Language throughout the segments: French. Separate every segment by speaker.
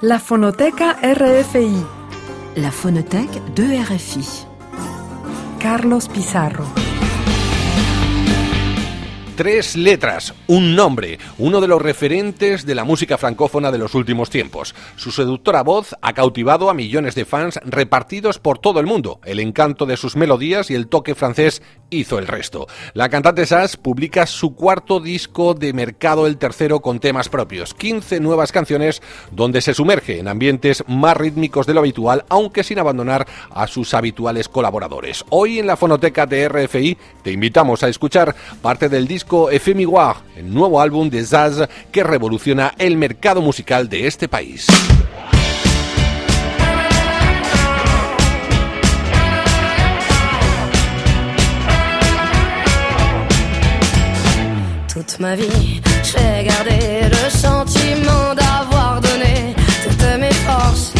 Speaker 1: La Fonoteca RFI.
Speaker 2: La phonothèque de RFI.
Speaker 1: Carlos Pizarro.
Speaker 3: Tres letras, un nombre, uno de los referentes de la música francófona de los últimos tiempos. Su seductora voz ha cautivado a millones de fans repartidos por todo el mundo. El encanto de sus melodías y el toque francés hizo el resto. La cantante Sass publica su cuarto disco de mercado, el tercero, con temas propios. 15 nuevas canciones donde se sumerge en ambientes más rítmicos de lo habitual, aunque sin abandonar a sus habituales colaboradores. Hoy en la fonoteca de RFI te invitamos a escuchar parte del disco Efemiguar, el nuevo álbum de Zaz que revoluciona el mercado musical de este país.
Speaker 4: Toute ma vie, j'ai gardé le sentiment d'avoir donné toutes mes forces.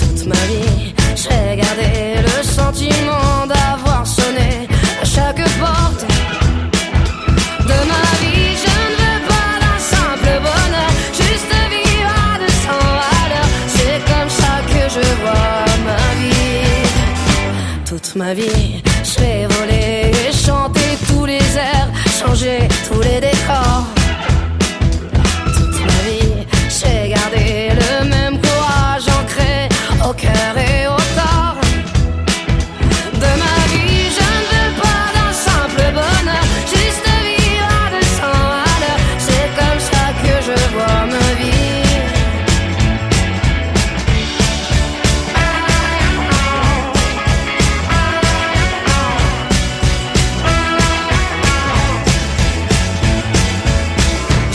Speaker 4: Toute ma vie, j'ai gardé le sentiment d'avoir sonné à chaque porte. De ma vie, je ne veux pas d'un simple bonheur, juste vivre à de sans valeur. C'est comme ça que je vois ma vie. Toute ma vie, je vais voler et chanter tous les airs, changer tous les décors. Toute ma vie, j'ai gardé le même courage ancré au cœur et au corps. De ma vie, je ne veux pas d'un simple bonheur, juste vivre à de sans valeur. C'est comme ça que je vois ma vie.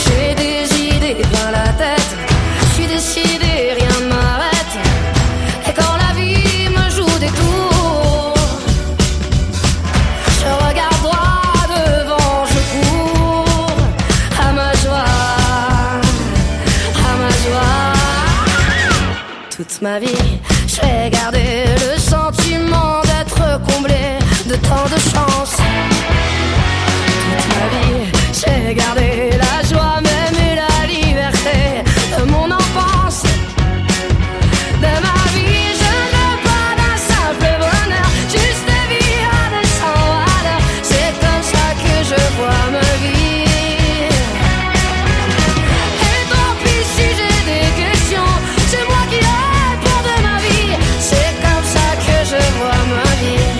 Speaker 4: J'ai des idées dans la tête, je suis décidé, rien ne m'arrête. Et quand la vie me joue des tours, je regarde droit devant, je cours à ma joie, à ma joie. Toute ma vie, j'ai gardé le sentiment d'être comblé de tant de chance toute ma vie. J'ai gardé la joie même et la liberté de mon enfance. De ma vie, je ne veux pas d'un simple bonheur, juste vivre à des sans valeur. C'est comme ça que je vois ma vie. Et tant pis si j'ai des questions, c'est moi qui réponds de ma vie. C'est comme ça que je vois ma vie.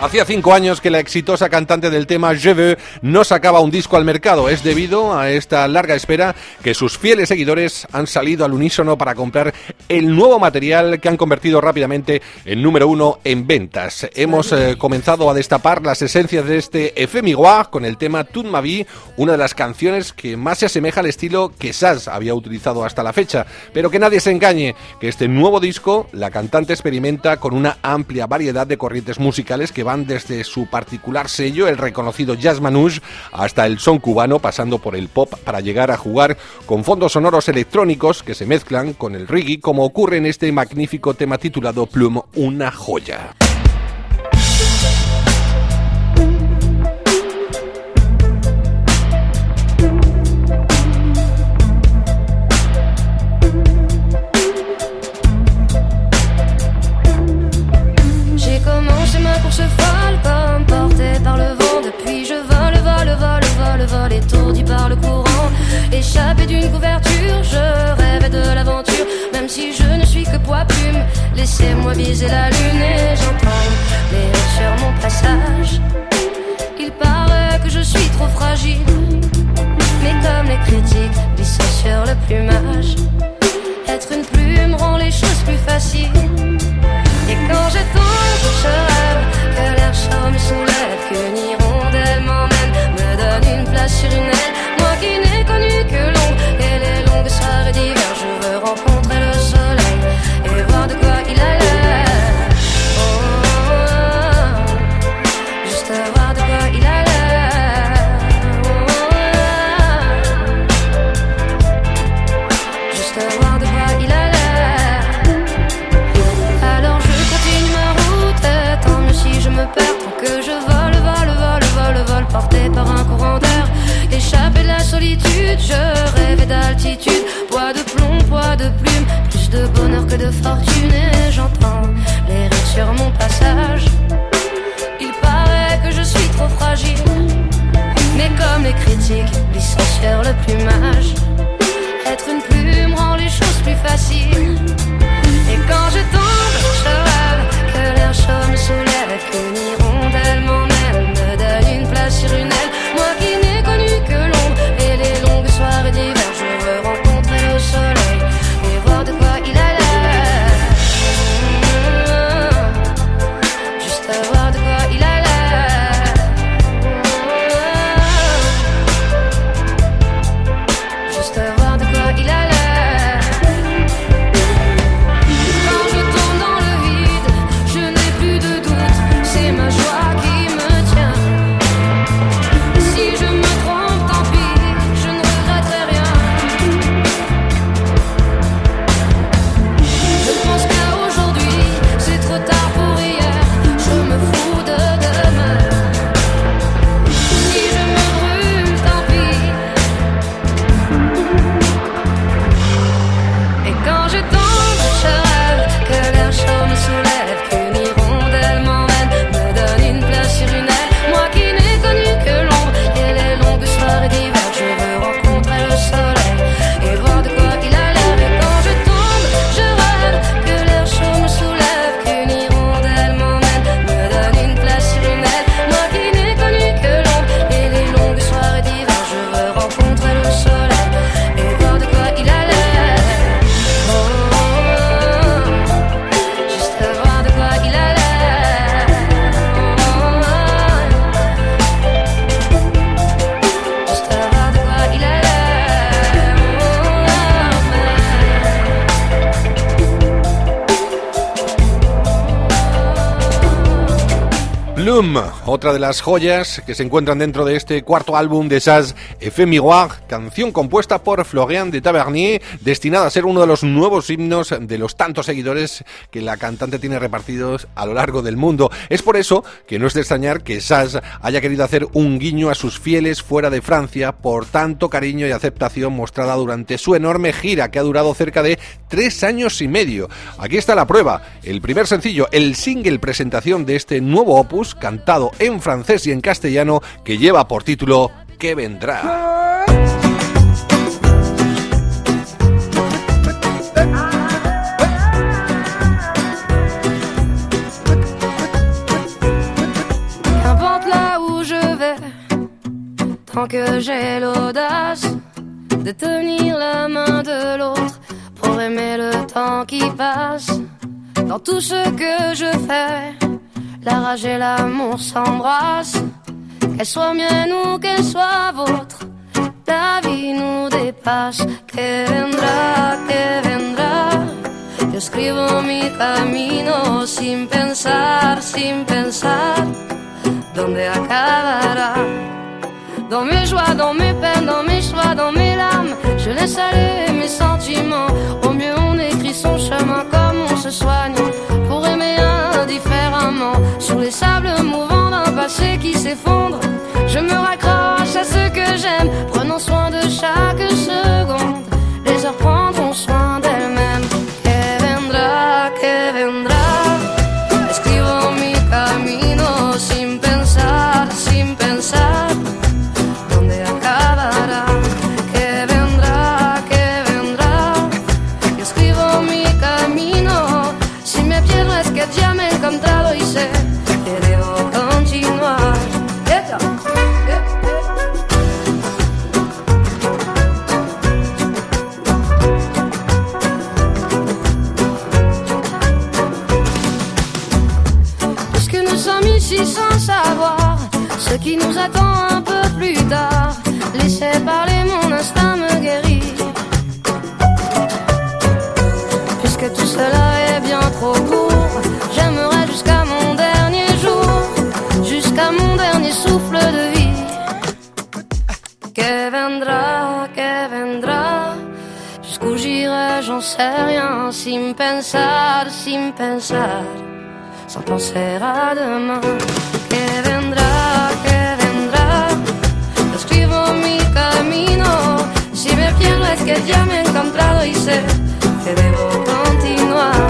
Speaker 3: Hacía cinco años que la exitosa cantante del tema Je veux no sacaba un disco al mercado. Es debido a esta larga espera que sus fieles seguidores han salido al unísono para comprar el nuevo material que han convertido rápidamente en número uno en ventas. Hemos eh, comenzado a destapar las esencias de este Efemiguar con el tema Tout ma vie, una de las canciones que más se asemeja al estilo que Sass había utilizado hasta la fecha. Pero que nadie se engañe, que este nuevo disco la cantante experimenta con una amplia variedad de corrientes musicales que van desde su particular sello, el reconocido jazz manouche, hasta el son cubano, pasando por el pop para llegar a jugar con fondos sonoros electrónicos que se mezclan con el reggae, como ocurre en este magnífico tema titulado Plum, una joya.
Speaker 4: J'ai commencé ma course folle comme portée par le vent Depuis je vole, vole, vole, vole, vole Étourdi par le courant Échappé d'une couverture, je rêvais de l'aventure Même si je ne suis que poids plume Laissez-moi viser la lune et j'entends les haies sur mon passage Il paraît que je suis trop fragile Mais comme les critiques glissent sur le plumage Être une plume rend les choses plus faciles et quand je tombe, je rêve que l'air chaud me soulève, qu'une hirondelle m'emmène, me donne une place sur une aile. Moi qui n'ai connu que l'ombre et les longues soirées d'hiver, je veux rencontrer le soleil et voir de quoi il a l'air. Oh, Oh, de fortune et j'entends les rires sur mon passage. Il paraît que je suis trop fragile, mais comme les critiques glissent sur le plumage, être une plume rend les choses plus faciles. Et quand je tombe, je rêve que l'air chaud me soulève, et qu'une hirondelle m'emmène, me donne une place sur une aile. Moi qui n'ai connu que l'ombre et les longues soirées d'hiver, je veux rencontrer le soleil et voir de quoi il a l'air. Juste voir de quoi il a l'air. Juste voir de quoi il a l'air. Quand je tombe dans le vide, je n'ai plus de doute, c'est ma joie qui me tient. Si je me trompe, tant pis, je ne regretterai rien. Je pense qu'à aujourd'hui, c'est trop tard pour hier, je me fous de demain. Si je me brûle, tant pis, Et quand je tombe, je rêve que l'air chaud me soulève, qu'une hirondelle m'emmène, me donne une place sur une aile. Moi qui n'ai connu que l'ombre et les longues soirées d'hiver, je veux rencontrer le soleil et voir de quoi il a l'air. Et quand je tombe, je rêve que l'air chaud me soulève, qu'une hirondelle m'emmène, me donne une place sur une aile. Moi qui n'ai connu que l'ombre et les longues soirées d'hiver, je veux rencontrer le soleil et voir de quoi il a l'air. Oh, oh, oh, juste voir de quoi il a l'air. Oh, oh, oh, juste voir de quoi il a l'air. Oh, oh,
Speaker 3: Bloom, otra de las joyas que se encuentran dentro de este cuarto álbum de Saz Miroir, canción compuesta por Florian de Tavernier, destinada a ser uno de los nuevos himnos de los tantos seguidores que la cantante tiene repartidos a lo largo del mundo. Es por eso que no es de extrañar que Saz haya querido hacer un guiño a sus fieles fuera de Francia por tanto cariño y aceptación mostrada durante su enorme gira que ha durado cerca de tres años y medio. Aquí está la prueba, el primer sencillo, el single presentación de este nuevo opus, cantado en francés y en castellano, que lleva por título ¿Qué vendrá?
Speaker 4: Qu'importe là où je vais, tant que j'ai l'audace de tenir la main de l'autre pour aimer le temps qui passe. Dans tout ce que je fais, la rage et l'amour s'embrassent. Qu'elle soit mienne ou qu'elle soit vôtre, la vie nous dépasse. Que vendrá, que vendrá. Yo escribo mi camino sin pensar, sin pensar dónde acabará. Dans mes joies, dans mes peines, dans mes choix, dans mes larmes, je laisse aller mes sentiments. Au mieux, on écrit son chemin comme on se soigne pour aimer indifféremment. Sur les sables mouvants d'un passé qui s'effondre, je me raccroche à ce que j'aime, prenant soin de chaque seconde. Les heures prendront soin d'elles-mêmes. Que vendrá, que vendrá. Escribo mi camino sin pensar, sin pensar dónde acabará. Que vendrá, que vendrá. Yo escribo mi camino. Si me pierdo es que ya me he encontrado y sé que debo continuar. eh, Yeah. Yeah. Parce que nous sommes ici sans savoir ce qui nous attend un peu plus tard. Laissez parler, mon instinct me guérit. Puisque tout cela est bien trop court, j'aimerais jusqu'à mon dernier jour, jusqu'à mon dernier souffle de vie. Que vendrá, que vendrá, jusqu'où j'irai, j'en sais rien, sin pensar, sin pensar sans penser à demain. Que vendrá, que vendrá, Yo escribo mi camino. Si me pierdo es que ya me he encontrado y sé que debo continuar.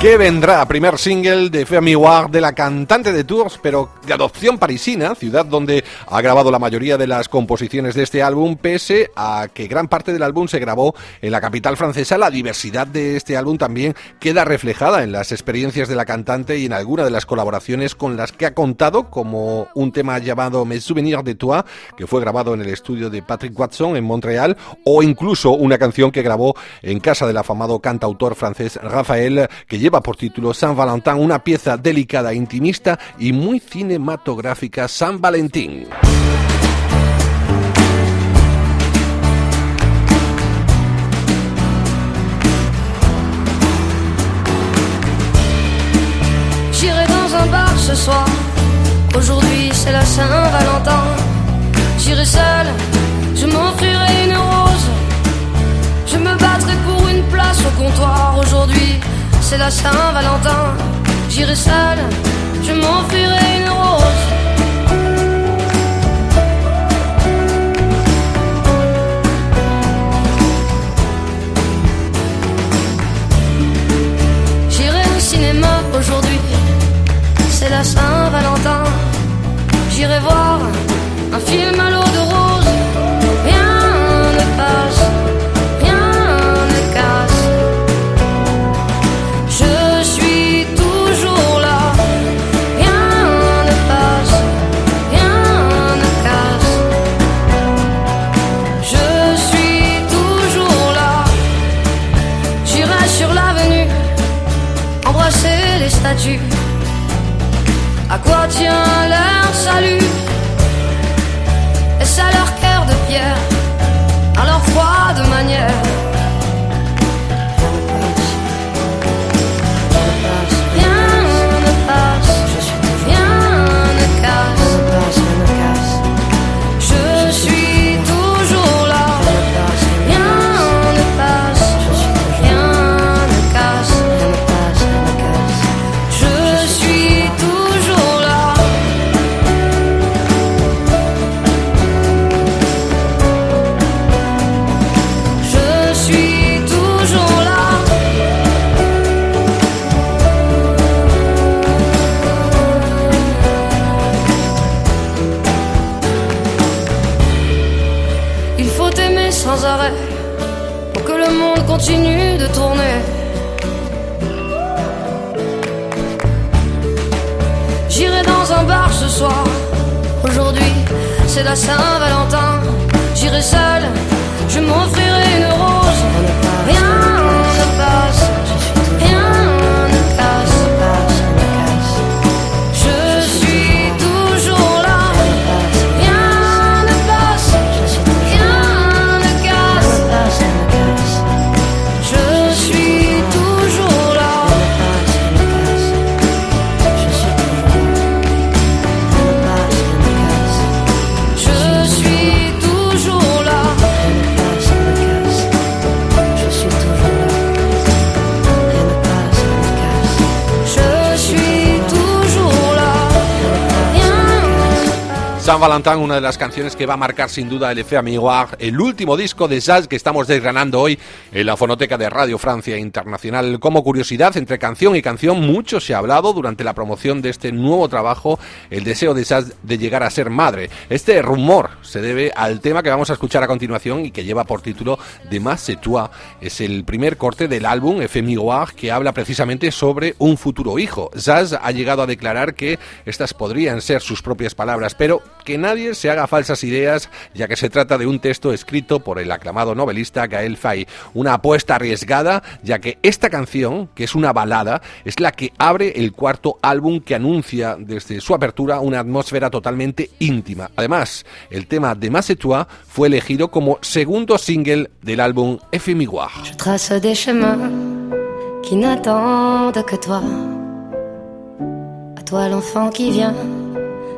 Speaker 3: ¿Qué vendrá? Primer single de Femi Ward, de la cantante de Tours, pero de adopción parisina, ciudad donde ha grabado la mayoría de las composiciones de este álbum, pese a que gran parte del álbum se grabó en la capital francesa. La diversidad de este álbum también queda reflejada en las experiencias de la cantante y en alguna de las colaboraciones con las que ha contado, como un tema llamado Me Souvenir de Toi, que fue grabado en el estudio de Patrick Watson en Montreal, o incluso una canción que grabó en casa del afamado cantautor francés Rafael, que lleva por título San Valentín, una pieza delicada, intimista y muy cinematográfica, San Valentín.
Speaker 4: J'irai dans un bar ce soir. Aujourd'hui c'est la Saint-Valentin. J'irai seul, je m'offrirai une rose. Je me battrai pour une place au comptoir. Aujourd'hui c'est la Saint-Valentin. J'irai seul, je m'offrirai une rose. J'irai au cinéma aujourd'hui, c'est la Saint-Valentin. J'irai voir un film à l'eau de rose. Rien ne passe, rien ne casse. Je suis toujours là. Rien ne passe, rien ne casse. Je suis toujours là. J'irai sur l'avenue embrasser les statues. À quoi tient leur salut Est-ce à leur cœur de pierre, à leur foi de manière Rien ne passe, rien ne casse. Je suis toujours là. Rien ne passe, rien ne casse. Je suis toujours là. Je suis toujours là. Il faut aimer sans arrêt pour que le monde continue de tourner. J'irai dans un bar ce soir. Aujourd'hui, c'est la Saint-Valentin. J'irai seul, je m'offrirai une rose. Rien ne passe, rien ne casse. Je suis toujours là. Rien ne passe, rien ne casse. Je suis toujours là. Je suis toujours là. Je suis toujours là. Rien.
Speaker 3: San Valentín, una de las canciones que va a marcar sin duda el Effet Amigoir, el último disco de jazz que estamos desgranando hoy en la fonoteca de Radio Francia Internacional. Como curiosidad, entre canción y canción, mucho se ha hablado durante la promoción de este nuevo trabajo, el deseo de jazz de llegar a ser madre. Este rumor se debe al tema que vamos a escuchar a continuación y que lleva por título De más c'est toi. Es el primer corte del álbum Effet Miroir que habla precisamente sobre un futuro hijo. Jazz ha llegado a declarar que estas podrían ser sus propias palabras, pero que nadie se haga falsas ideas, ya que se trata de un texto escrito por el aclamado novelista Gael Fay. Una apuesta arriesgada, ya que esta canción, que es una balada, es la que abre el cuarto álbum que anuncia desde su apertura una atmósfera totalmente íntima. Además, el tema de Más et toi fue elegido como segundo single del álbum Efimiguar.
Speaker 4: Je trace des chemins qui n'attendent que toi. À toi l'enfant qui vient,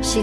Speaker 4: si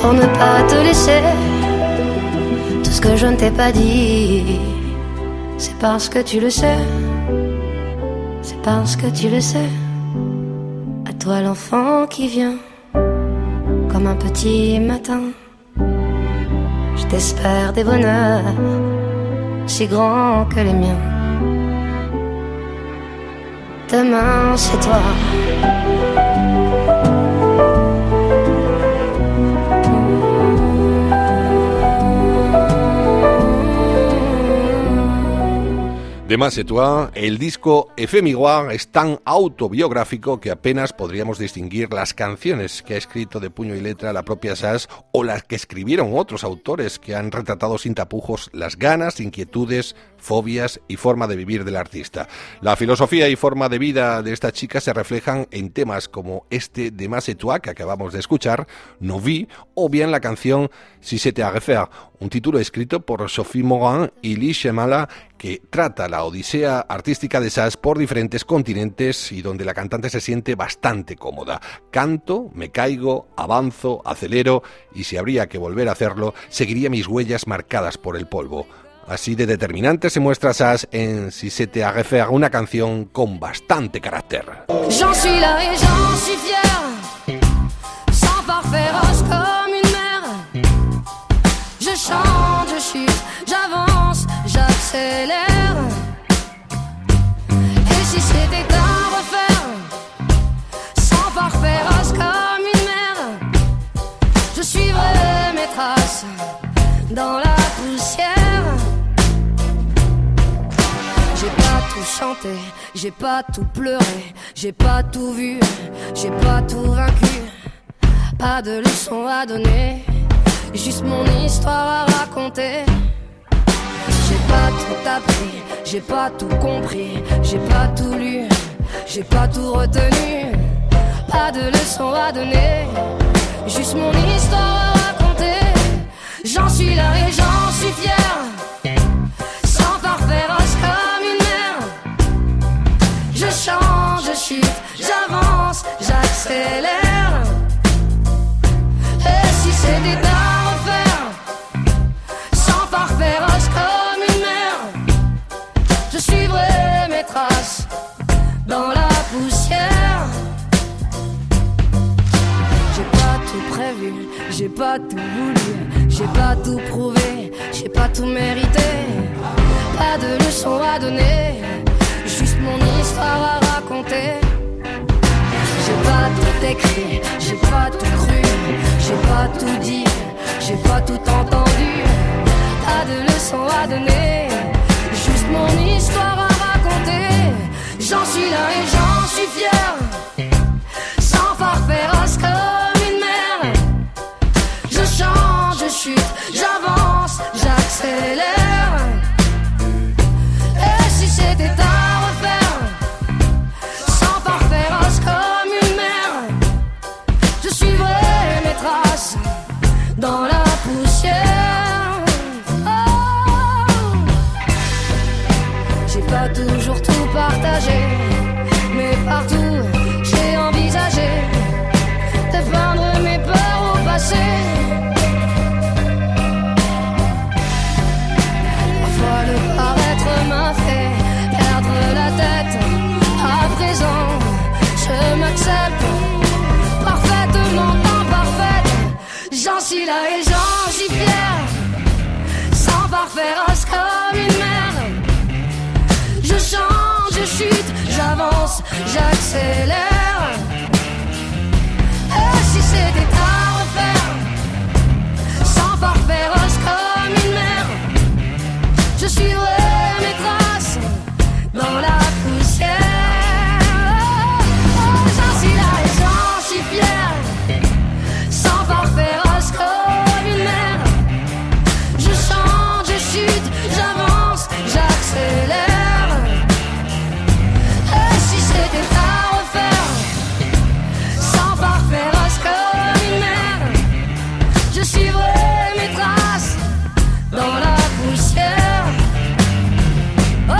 Speaker 4: pour ne pas te laisser. Tout ce que je ne t'ai pas dit, c'est parce que tu le sais. C'est parce que tu le sais. À toi l'enfant qui vient, comme un petit matin. Je t'espère des bonheurs si grands que les miens. Demain, c'est toi.
Speaker 3: De más et toi, el disco Efemiguar es tan autobiográfico que apenas podríamos distinguir las canciones que ha escrito de puño y letra la propia Sass o las que escribieron otros autores que han retratado sin tapujos las ganas, inquietudes, fobias y forma de vivir del artista. La filosofía y forma de vida de esta chica se reflejan en temas como este de Más et toi que acabamos de escuchar, No vi, o bien la canción Si se te refaire, un título escrito por Sophie Morin y Lee Shemala que trata la odisea artística de Sass por diferentes continentes y donde la cantante se siente bastante cómoda. Canto, me caigo, avanzo, acelero y si habría que volver a hacerlo, seguiría mis huellas marcadas por el polvo. Así de determinante se muestra Sass en Si se te refer una canción con bastante carácter.
Speaker 4: J'en suis là et j'en suis fière. Sans parféroce comme une mère. Je chante, je chute, j'avance, j'accélère. Et si c'était à refaire, sans parféroce comme une mère, je suivrai mes traces dans la poussière. J'ai pas tout chanté, j'ai pas tout pleuré, j'ai pas tout vu, j'ai pas tout vaincu. Pas de leçon à donner, juste mon histoire à raconter. J'ai pas tout appris, j'ai pas tout compris, j'ai pas tout lu, j'ai pas tout retenu. Pas de leçon à donner, juste mon histoire à raconter. J'en suis là et j'en suis fier. Sans parféroce comme une mer Je change, je chute, j'avance, j'accélère Et si c'était à refaire Sans parféroce comme une mer Je suivrai mes traces dans la poussière j'ai pas tout prévu, j'ai pas tout voulu, j'ai pas tout prouvé, j'ai pas tout mérité. Pas de leçon à donner, juste mon histoire à raconter. J'ai pas tout écrit, j'ai pas tout cru, j'ai pas tout dit, j'ai pas tout entendu. Pas de leçon à donner, juste mon histoire à raconter. J'en suis là et j'en suis fier. Sans parféroce comme une mer Je change, je chute, j'avance, j'accélère Et si c'était à refaire Sans parféroce comme une mer Je suivrai mes traces dans la poussière Oh.
Speaker 5: j'en suis là et j'en suis fier. Sans féroce comme une mer. Je change, je chute, j'avance, j'accélère. Et si c'était à refaire, sans féroce comme une mer, je suivrai mes traces dans la poussière. Oh, j'en suis là et j'en suis fier. Sans voir féroce comme une mer Je chante, je chute, j'avance, j'accélère Et si c'était à refaire Sans voir féroce comme une mer Je suivrai mes traces dans la poussière Oh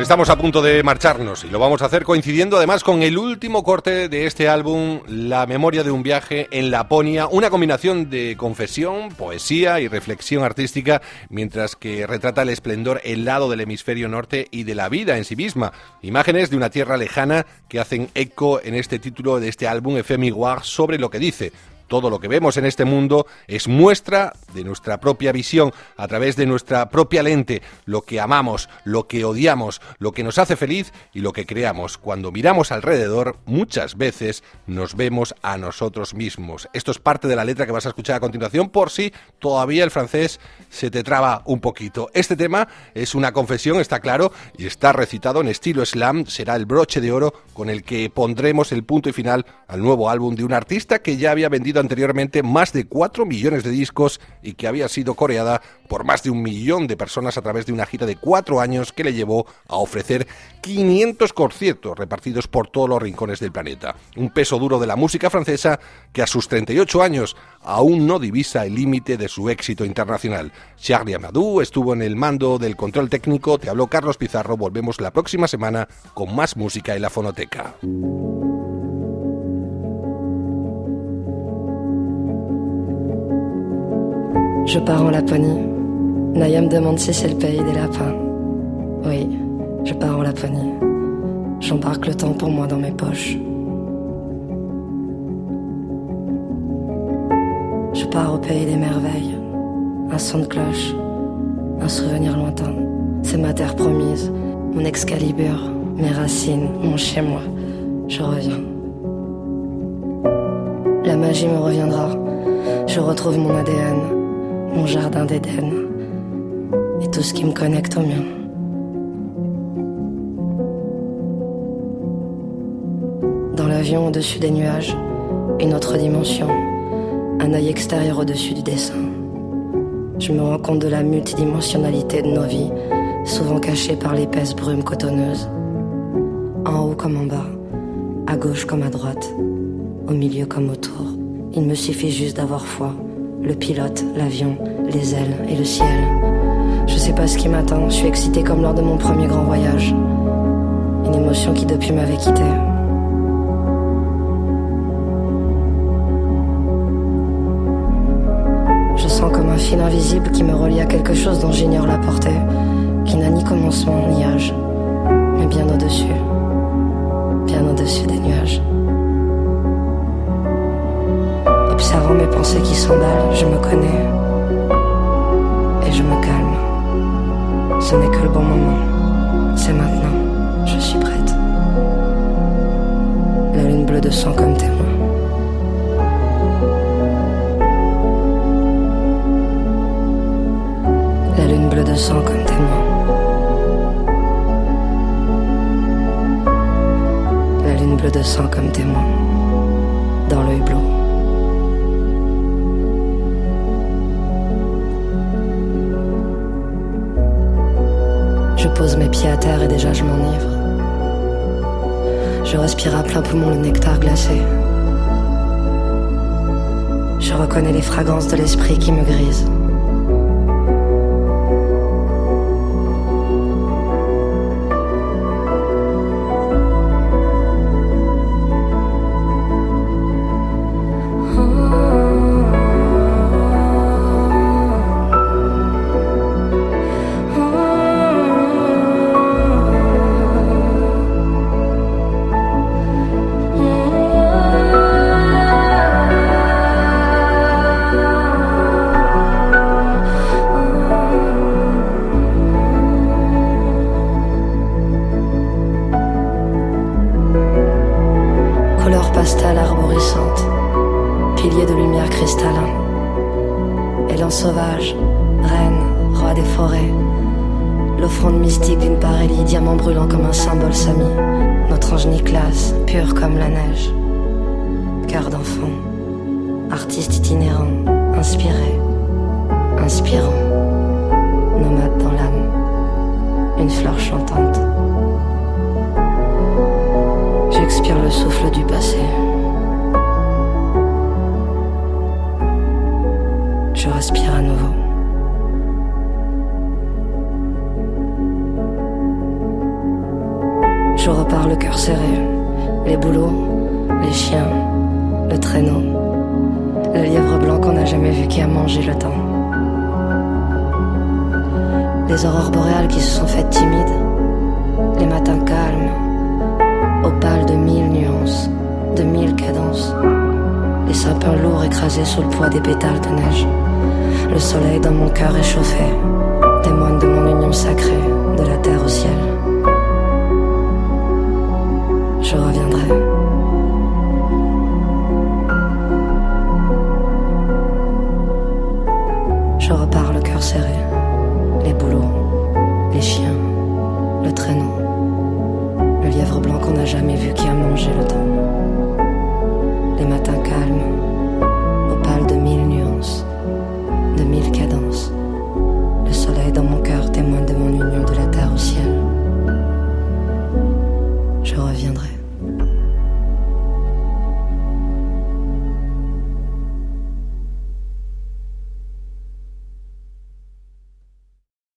Speaker 3: Estamos a punto de marcharnos y lo vamos a hacer coincidiendo además con el último corte de este álbum, La memoria de un viaje en Laponia, una combinación de confesión, poesía y reflexión artística, mientras que retrata el esplendor helado del hemisferio norte y de la vida en sí misma. Imágenes de una tierra lejana que hacen eco en este título de este álbum War sobre lo que dice. Todo lo que vemos en este mundo es muestra de nuestra propia visión, a través de nuestra propia lente, lo que amamos, lo que odiamos, lo que nos hace feliz y lo que creamos. Cuando miramos alrededor, muchas veces nos vemos a nosotros mismos. Esto es parte de la letra que vas a escuchar a continuación, por si todavía el francés se te traba un poquito. Este tema es una confesión, está claro, y está recitado en estilo slam. Será el broche de oro con el que pondremos el punto y final al nuevo álbum de un artista que ya había vendido anteriormente más de 4 millones de discos y que había sido coreada por más de un millón de personas a través de una gira de 4 años que le llevó a ofrecer 500 conciertos repartidos por todos los rincones del planeta. Un peso duro de la música francesa que a sus 38 años aún no divisa el límite de su éxito internacional. Charlie Amadou estuvo en el mando del control técnico, te habló Carlos Pizarro, volvemos la próxima semana con más música en la fonoteca.
Speaker 5: Je pars en Laponie. Naya me demande si c'est le pays des lapins. Oui, je pars en Laponie. J'embarque le temps pour moi dans mes poches. Je pars au pays des merveilles. Un son de cloche, un souvenir lointain. C'est ma terre promise, mon Excalibur, mes racines, mon chez-moi. Je reviens. La magie me reviendra. Je retrouve mon ADN mon jardin d'Éden et tout ce qui me connecte au mien. Dans l'avion au-dessus des nuages, une autre dimension, un œil extérieur au-dessus du dessin. Je me rends compte de la multidimensionnalité de nos vies, souvent cachée par l'épaisse brume cotonneuse. En haut comme en bas, à gauche comme à droite, au milieu comme autour. Il me suffit juste d'avoir foi le pilote, l'avion, les ailes et le ciel. Je sais pas ce qui m'attend, je suis excitée comme lors de mon premier grand voyage. Une émotion qui depuis m'avait quittée. Je sens comme un fil invisible qui me relie à quelque chose dont j'ignore la portée, qui n'a ni commencement ni âge, mais bien au-dessus, bien au-dessus des nuages. Observant mes pensées qui s'emballent, je me connais. Et je me calme. Ce n'est que le bon moment. C'est maintenant. Je suis prête. La lune bleue de sang comme témoin. La lune bleue de sang comme témoin. La lune bleue de sang comme témoin. Dans le hublot. Je pose mes pieds à terre et déjà je m'enivre. Je respire à plein poumon le nectar glacé. Je reconnais les fragrances de l'esprit qui me grise. pastale arborescente, pilier de lumière cristallin. Élan sauvage, reine, roi des forêts, l'offrande mystique d'une parélie, diamant brûlant comme un symbole sami, notre ange Nicolas, pur comme la neige. Cœur d'enfant, artiste itinérant, inspiré, inspirant, nomade dans l'âme, une fleur chantante. J'expire le souffle du passé. Je respire à nouveau. Je repars le cœur serré. Les boulots, les chiens, le traîneau. Le lièvre blanc qu'on n'a jamais vu qui a mangé le temps. Les aurores boréales qui se sont faites timides. Les matins calmes opale de mille nuances, de mille cadences. Les sapins lourds écrasés sous le poids des pétales de neige. Le soleil dans mon cœur échauffé témoigne de mon union sacrée, de la terre au ciel. Je reviendrai. Je repars le cœur serré, les boulots, les chiens, le traîneau. Le lièvre blanc qu'on n'a jamais vu qui a mangé le temps. Les matins calmes,